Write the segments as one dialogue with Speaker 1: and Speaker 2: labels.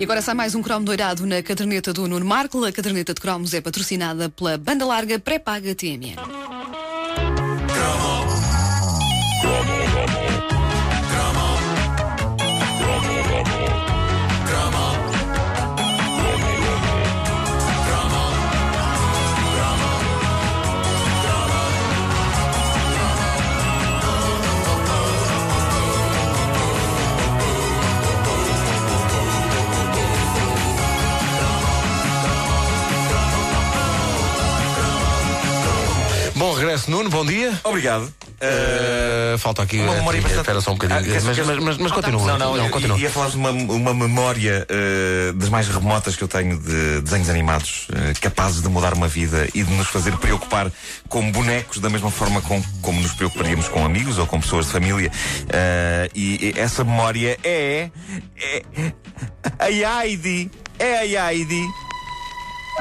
Speaker 1: E agora sai mais um cromo doirado na caderneta do Nuno Marco. A caderneta de cromos é patrocinada pela banda larga pré-paga TMN.
Speaker 2: Bom regresso, Nuno, bom dia.
Speaker 3: Obrigado.
Speaker 2: Eh, falta aqui.
Speaker 3: Uma
Speaker 2: a
Speaker 3: memória
Speaker 2: trilha.
Speaker 3: bastante-
Speaker 2: Espera só um bocadinho.
Speaker 3: Ah, quer-
Speaker 2: mas,
Speaker 3: quer-
Speaker 2: mas, mas, mas
Speaker 3: Ah,
Speaker 2: continua.
Speaker 3: Não, não, eu-
Speaker 2: continua.
Speaker 3: Ia falar de uma, uma memória eh, das mais remotas que eu tenho de desenhos animados, eh, capazes de mudar uma vida e de nos fazer preocupar com bonecos da mesma forma com, como nos preocuparíamos com amigos ou com pessoas de família. Eh, e, e essa memória é. é a Heidi! É a Heidi!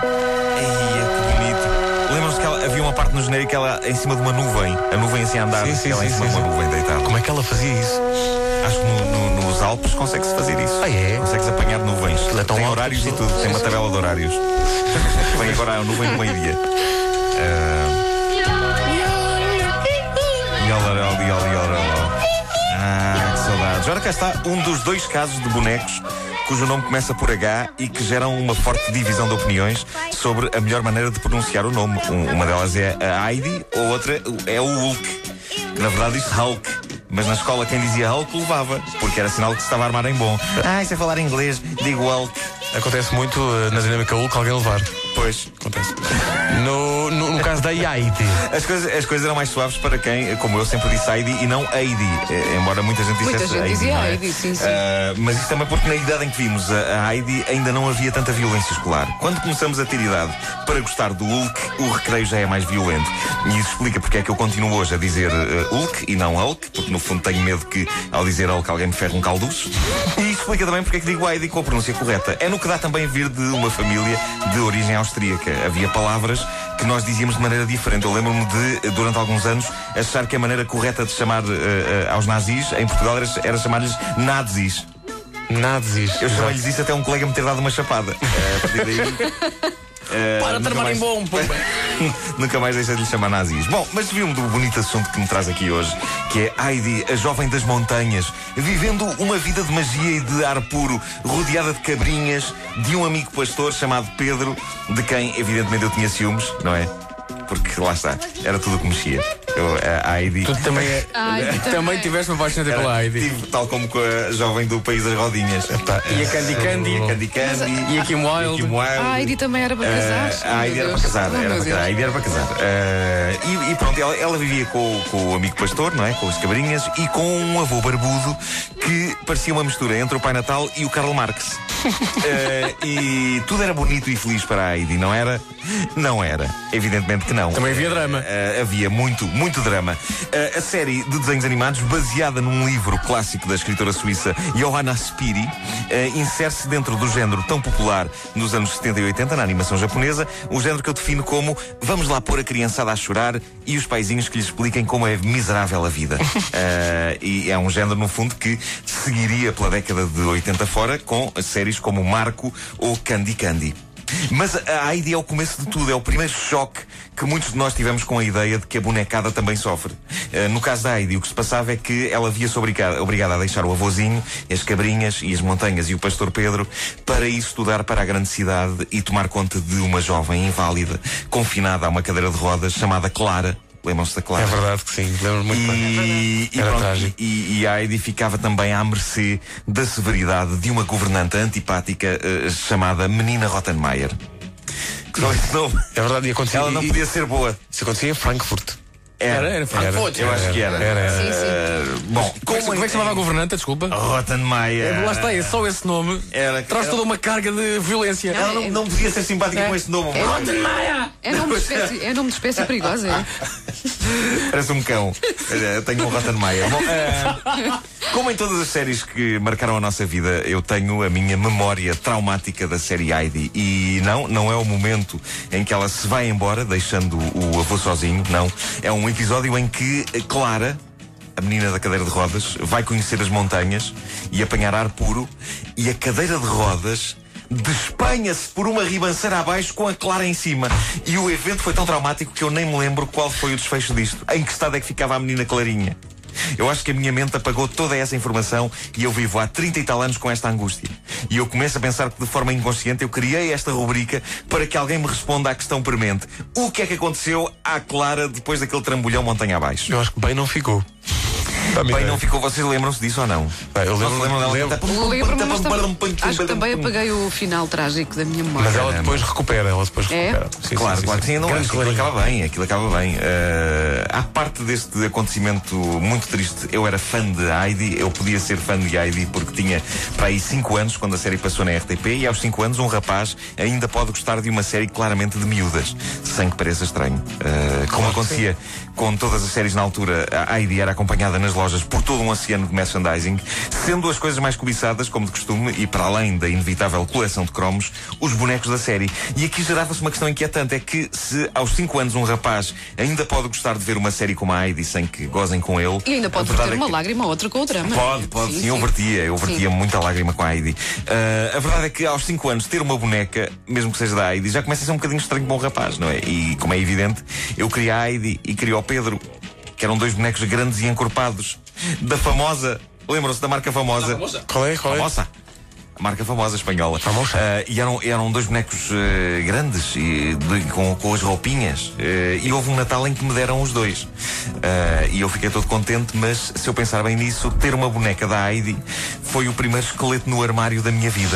Speaker 3: Eia, que bonito. Lembram-se que ela- havia uma parte no genérico que ela em cima de uma nuvem, a nuvem assim a andar,
Speaker 2: Sim, sim,
Speaker 3: ela em
Speaker 2: sim,
Speaker 3: cima
Speaker 2: sim,
Speaker 3: de uma
Speaker 2: sim.
Speaker 3: nuvem deitada.
Speaker 2: Como é que ela fazia isso?
Speaker 3: é? Acho que no- no- nos Alpes consegue-se fazer isso.
Speaker 2: Ah, é?
Speaker 3: Consegue-se apanhar nuvens.
Speaker 2: Aquilo é tão
Speaker 3: tem
Speaker 2: alto,
Speaker 3: horários e
Speaker 2: pessoal.
Speaker 3: tudo. Tem uma tabela de horários. Vem agora a nuvem do meio-dia. Ah, iolorol, iolorol. Ah, que saudades. Ora cá está um dos dois casos de bonecos cujo nome começa por H e que geram uma forte divisão de opiniões sobre a melhor maneira de pronunciar o nome. Um- uma delas é a Heidi, a outra é o Hulk. Que na verdade diz Hulk. Mas na escola quem dizia Hulk levava, porque era sinal que se estava a armar em bom. Ah, isso é falar inglês, digo Hulk.
Speaker 2: Acontece muito eh, na dinâmica Hulk alguém levar.
Speaker 3: Pois,
Speaker 2: Acontece. No, no, no caso da Yaiti.
Speaker 3: As coisas, as coisas eram mais suaves para quem, como eu, sempre disse Heidi e não Heidi. eh, Embora muita gente
Speaker 1: Muita
Speaker 3: dissesse
Speaker 1: gente
Speaker 3: Heidi,
Speaker 1: dizia
Speaker 3: não é?
Speaker 1: Heidi, sim, sim.
Speaker 3: Ah, mas isso também porque na idade em que vimos a, a Heidi ainda não havia tanta violência escolar. Quando começamos a ter idade para gostar do Hulk, o recreio já é mais violento. E isso explica porque é que eu continuo hoje a dizer eh, Hulk e não Hulk, porque no fundo tenho medo que ao dizer Hulk alguém me ferre um calduço. E isso explica também porque é que digo Heidi com a pronúncia correta. É no que dá também vir de uma família de origem austríaca. Havia palavras que nós dizíamos de maneira diferente. Eu lembro-me de, eh, durante alguns anos, achar que a maneira correta de chamar eh, eh, aos nazis em Portugal era, era chamar-lhes nazis.
Speaker 2: Nazis.
Speaker 3: Eu chamei-lhes isso até um colega me ter dado uma chapada. Eh, a partir daí, eh,
Speaker 2: Para
Speaker 3: nunca
Speaker 2: de armar em
Speaker 3: mais-
Speaker 2: bom, pô.
Speaker 3: Nunca mais deixei de lhe chamar nazis. Bom, mas vi um do bonito assunto que me traz aqui hoje, que é Heidi, a jovem das montanhas, vivendo uma vida de magia e de ar puro, rodeada de cabrinhas, de um amigo pastor chamado Pedro, de quem evidentemente eu tinha ciúmes, não é? Porque lá está, era tudo o que mexia. Eu, eh, a Heidi.
Speaker 2: Tu também, é-
Speaker 1: Ai,
Speaker 4: Também tiveste uma paixão
Speaker 3: Era-
Speaker 4: pela Heidi.
Speaker 3: Tive, tal como com a jovem do País das Rodinhas.
Speaker 4: E a Candy Candy.
Speaker 3: E a Candy Candy.
Speaker 4: E a Kim
Speaker 3: E a
Speaker 4: Wilde.
Speaker 3: Kim Wilde.
Speaker 1: a Heidi também era para
Speaker 3: Ah,
Speaker 1: casar. Oh,
Speaker 3: a Heidi era para casar, era para casar, a Heidi era para casar. Ah, e, e pronto, ela, ela vivia com, o- com o amigo pastor, não é? Com os cabrinhas e com um avô barbudo que parecia uma mistura entre o Pai Natal e o Karl Marx. Ah, e tudo era bonito e feliz para a Heidi, não era? Não era. Evidentemente que não.
Speaker 4: Também havia drama.
Speaker 3: Ah, havia muito, muito drama. Ah, a série de desenhos animados, baseada num livro clássico da escritora suíça Johanna Spiri, ah, insere-se dentro do género tão popular nos anos 70 e 80, na animação japonesa, um género que eu defino como vamos lá pôr a criançada a chorar e os paizinhos que lhe expliquem como é miserável a vida. Ah, e é um género, no fundo, que seguiria pela década de 80 fora com séries como Marco ou Candy Candy. Mas a Heidi é o começo de tudo, é o primeiro choque que muitos de nós tivemos com a ideia de que a bonecada também sofre. Eh, no caso da Heidi, o que se passava é que ela via-se obriga- obrigada a deixar o avôzinho, as cabrinhas e as montanhas e o pastor Pedro para ir estudar para a grande cidade e tomar conta de uma jovem inválida confinada a uma cadeira de rodas chamada Clara. Lembram-se da Clara?
Speaker 2: É verdade que sim, lembro muito bem.
Speaker 3: E, e
Speaker 2: Era
Speaker 3: pronto,
Speaker 2: trágico.
Speaker 3: e- e a Heidi ficava também à mercê da severidade de uma governanta antipática eh, chamada Menina Rottenmeier. Que não, não-
Speaker 2: É verdade, e acontecia.
Speaker 3: ela não
Speaker 2: e-
Speaker 3: podia ser boa.
Speaker 2: Isso acontecia em Frankfurt.
Speaker 4: Era, era Frankfurt.
Speaker 3: eu acho que era.
Speaker 2: Era, era.
Speaker 1: Sim, sim.
Speaker 3: Eh, bom, é
Speaker 4: Como, é que se chamava a governanta? Desculpa.
Speaker 3: Rottenmeier?
Speaker 4: Lá está, é só esse nome.
Speaker 3: Era-
Speaker 4: Traz
Speaker 3: era-
Speaker 4: toda uma carga de violência.
Speaker 3: Ela não, não podia ser simpática com este nome.
Speaker 1: É nome de espécie, é nome de espécie perigosa, é?
Speaker 3: Parece um cão. Eh, Tenho um Rottenmeier. Bom, eh, como em todas as séries que marcaram a nossa vida, eu tenho a minha memória traumática da série Heidi. E não, não é o momento em que ela se vai embora, deixando o avô sozinho, não. É um episódio em que Clara, a menina da cadeira de rodas, vai conhecer as montanhas e apanhar ar puro, e a cadeira de rodas despenha-se por uma ribanceira abaixo com a Clara em cima. E o evento foi tão traumático que eu nem me lembro qual foi o desfecho disto. Em que estado é que ficava a menina Clarinha? Eu acho que a minha mente apagou toda essa informação e eu vivo há 30 e tal anos com esta angústia. E eu começo a pensar que de forma inconsciente eu criei esta rubrica para que alguém me responda à questão premente. O que é que aconteceu à Clara depois daquele trambolhão montanha abaixo?
Speaker 2: Eu acho que bem não ficou. Dá-me
Speaker 3: Bem,
Speaker 2: ideia.
Speaker 3: não ficou. Vocês lembram-se disso ou não?
Speaker 2: Bem, é. eu lembro-
Speaker 3: Não se lembram dela?
Speaker 2: lembro-
Speaker 1: Lembro-me, mas
Speaker 3: um
Speaker 1: também, acho que também apaguei o final trágico da minha
Speaker 2: Mas
Speaker 1: memória.
Speaker 2: ela
Speaker 3: Caramba.
Speaker 2: depois recupera, ela depois
Speaker 1: É?
Speaker 2: recupera. Sim,
Speaker 3: claro,
Speaker 2: sim, sim,
Speaker 3: claro que sim, não, é
Speaker 2: Grande
Speaker 3: acho que aquilo
Speaker 2: Clarinha.
Speaker 3: acaba bem, aquilo acaba bem. Eh, à parte deste acontecimento muito triste, eu era fã de Heidi, eu podia ser fã de Heidi porque tinha para aí 5 anos quando a série passou na RTP e aos 5 anos um rapaz ainda pode gostar de uma série claramente de miúdas, sem que pareça estranho. Eh, como acontecia com todas as séries na altura, a Heidi era acompanhada nas lojas por todo um oceano de merchandising, sendo as coisas mais cobiçadas, como de costume, e para além da inevitável coleção de cromos, os bonecos da série. E aqui gerava-se uma questão inquietante: é que se aos 5 anos um rapaz ainda pode gostar de ver uma série como a Heidi sem que gozem com ele.
Speaker 1: E ainda pode
Speaker 3: a verdade
Speaker 1: ter
Speaker 3: é
Speaker 1: uma
Speaker 3: que-
Speaker 1: lágrima ou outra com o drama.
Speaker 3: Pode, pode, sim, um eu vertia, eu vertia muita lágrima com a Heidi. Ah, a verdade é que aos 5 anos ter uma boneca, mesmo que seja da Heidi, já começa a ser um bocadinho estranho para um rapaz, não é? E como é evidente, eu queria a Heidi e queria o Pedro, que eram dois bonecos grandes e encorpados, da famosa, lembram-se da marca famosa?
Speaker 2: Qual é? Qual é?
Speaker 3: Famosa. A marca famosa espanhola.
Speaker 2: Famosa.
Speaker 3: Ah, e eram, eram dois bonecos eh, grandes, e, de- com, com as roupinhas. eh, e houve um Natal em que me deram os dois. Ah, e eu fiquei todo contente, mas se eu pensar bem nisso, ter uma boneca da Heidi foi o primeiro esqueleto no armário da minha vida.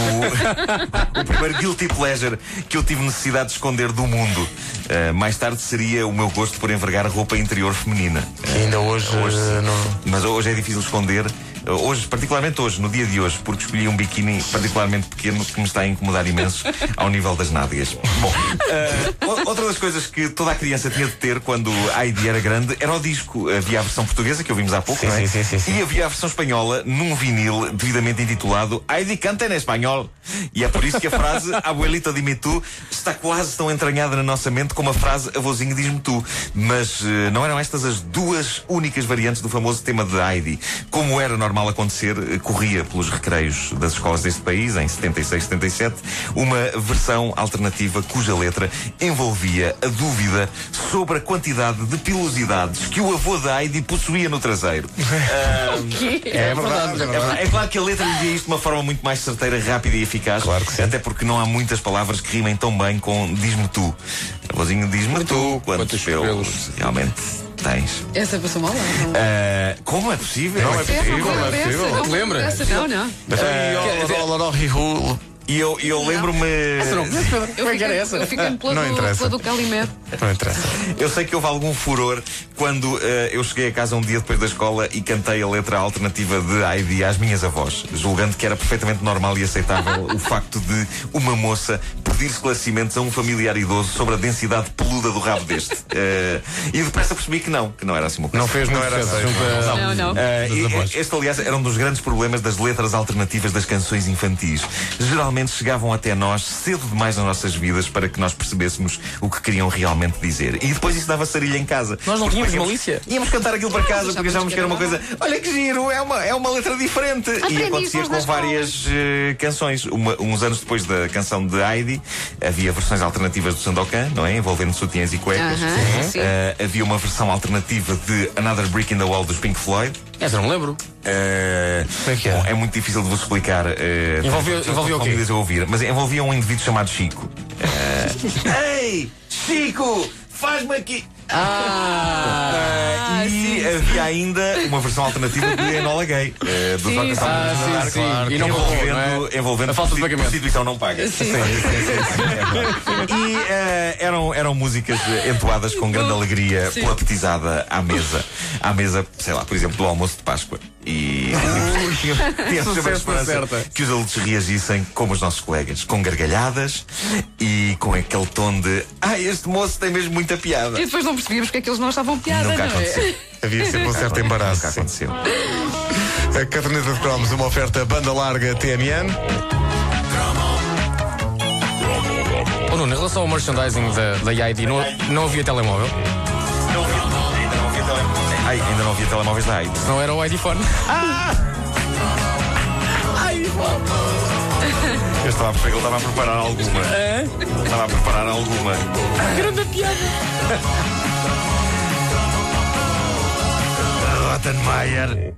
Speaker 3: o, o primeiro guilty pleasure que eu tive necessidade de esconder do mundo. Ah, mais tarde seria o meu gosto por envergar roupa interior feminina.
Speaker 2: E ainda hoje,
Speaker 3: Hoje sim.
Speaker 2: eh, não-
Speaker 3: Mas hoje é difícil esconder. Hoje, particularmente hoje, no dia de hoje, porque escolhi um biquíni particularmente pequeno que me está a incomodar imenso ao nível das nádegas. Bom, eh, o- outra das coisas que toda a criança tinha de ter quando a Heidi era grande era o disco. Havia a versão portuguesa, que ouvimos há pouco,
Speaker 2: Sim,
Speaker 3: não é?
Speaker 2: sim, sim, sim, sim.
Speaker 3: E havia a versão espanhola num vinil devidamente intitulado Heidi canta em espanhol. E é por isso que a frase Abuelita dime tu está quase tão entranhada na nossa mente como a frase Avôzinho diz-me tu. Mas eh, não eram estas as duas únicas variantes do famoso tema de Heidi. Como era normal acontecer, eh, corria pelos recreios das escolas deste país, em 76, 77, uma versão alternativa cuja letra envolvia a dúvida sobre a quantidade de pilosidades que o avô de Heidi possuía no traseiro.
Speaker 2: É verdade.
Speaker 3: É verdade. É claro que a letra dizia isto de uma forma muito mais certeira, rápida e eficaz.
Speaker 2: Claro que sim.
Speaker 3: Até porque não há muitas palavras que rimem tão bem com diz-me tu. A vozinha diz-me tu. Quantos
Speaker 4: quantos
Speaker 3: pelos
Speaker 4: pelos
Speaker 3: realmente tens?
Speaker 1: Essa passou mal, não?
Speaker 3: Ah,
Speaker 2: Eh,
Speaker 3: como é possível?
Speaker 2: Não é possível.
Speaker 1: não
Speaker 2: não é possível.
Speaker 1: Não,
Speaker 4: Te lembra?
Speaker 1: essa não, não.
Speaker 2: eh,
Speaker 3: E eu, eu lembro-me.
Speaker 4: Essa não conheço, Pedro.
Speaker 1: Eu
Speaker 4: Como é que era
Speaker 1: fiquei-
Speaker 4: essa?
Speaker 1: Eu fiquei pela
Speaker 2: Não
Speaker 1: do-
Speaker 2: interessa.
Speaker 1: pela do Calimero.
Speaker 2: Não interessa.
Speaker 3: Eu sei que houve algum furor quando eh, eu cheguei a casa um dia depois da escola e cantei a letra alternativa de Heidi às minhas avós, julgando que era perfeitamente normal e aceitável o facto de uma moça pedir esclarecimentos a um familiar idoso sobre a densidade peluda do rabo deste. Eh, e depressa percebi que não, que não era assim uma coisa.
Speaker 2: Não fez, não era
Speaker 4: Junto
Speaker 1: Não,
Speaker 4: a-
Speaker 1: não.
Speaker 3: Eh,
Speaker 2: Das
Speaker 3: e-
Speaker 2: avós.
Speaker 3: este, aliás, era um dos grandes problemas das letras alternativas das canções infantis. Geralmente chegavam até nós cedo demais nas nossas vidas para que nós percebêssemos o que queriam realmente dizer. E depois isso dava sarilha em casa.
Speaker 4: Nós não tínhamos
Speaker 3: Porque íamos-
Speaker 4: malícia.
Speaker 3: Íamos cantar aquilo para casa
Speaker 1: Nós
Speaker 3: porque achávamos que era uma coisa.
Speaker 1: achávamos
Speaker 3: Olha que giro, é uma, é uma letra diferente.
Speaker 1: Aprendi
Speaker 3: E acontecia
Speaker 1: isso
Speaker 3: com
Speaker 1: na escola.
Speaker 3: várias eh, canções. Uma- uns anos depois da canção de Heidi, havia versões alternativas do Sandokan, não é? Envolvendo sutiãs e cuecas.
Speaker 1: Aham,
Speaker 3: Uhum.
Speaker 1: sim.
Speaker 3: Eh, havia uma versão alternativa de Another Brick in the Wall dos Pink Floyd.
Speaker 4: Essa não me lembro.
Speaker 3: Eh,
Speaker 2: Como é que era?
Speaker 3: bom, muito difícil de vos explicar. eh,
Speaker 4: Envolvia-
Speaker 3: tanto-
Speaker 4: envolvia o
Speaker 3: tanto
Speaker 4: quê?
Speaker 3: famílias a ouvir, mas envolvia um indivíduo chamado Chico. Eh, Ei, Chico, faz-me aqui. Ah, e havia ainda uma versão alternativa de Enola Gay. eh, dos
Speaker 1: Sim,
Speaker 3: Orcas
Speaker 1: sim,
Speaker 3: Almas do
Speaker 4: sim,
Speaker 3: Nadar,
Speaker 4: sim.
Speaker 3: claro,
Speaker 4: E não pagou,
Speaker 3: envolvendo,
Speaker 4: não é?
Speaker 3: envolvendo
Speaker 4: A falta de
Speaker 3: prosti-
Speaker 4: pagamento.
Speaker 3: prostituição então não paga.
Speaker 1: Sim.
Speaker 3: E eh, eram, eram músicas eh, entoadas com grande alegria pela petizada à mesa. À mesa, sei lá, por exemplo, do almoço de Páscoa. E tínhamos sempre a
Speaker 4: Sucesso na
Speaker 3: esperança
Speaker 4: certa.
Speaker 3: que os adultos reagissem como os nossos colegas, com gargalhadas e com aquele tom de Ah, este moço tem mesmo muita piada.
Speaker 1: E depois não percebíamos porque é que eles não estavam piada,
Speaker 3: Nunca
Speaker 1: não é?
Speaker 3: aconteceu.
Speaker 2: Havia sempre um certo embaraço.
Speaker 3: Nunca
Speaker 2: sim.
Speaker 3: aconteceu.
Speaker 2: A caderneta de cromos, uma oferta banda larga TMN.
Speaker 4: Oh, Nuno, em relação ao merchandising da, da ID, não, não havia telemóvel?
Speaker 3: Não ouvi, ainda não ouvi, então é muito sério. Ai, ainda não havia telemóveis da AIDS.
Speaker 4: Não era o iPhone.
Speaker 3: Eu estava a perceber que ele estava a preparar alguma. Ele Estava a preparar alguma.
Speaker 4: Grande piada.
Speaker 3: Rottenmeier.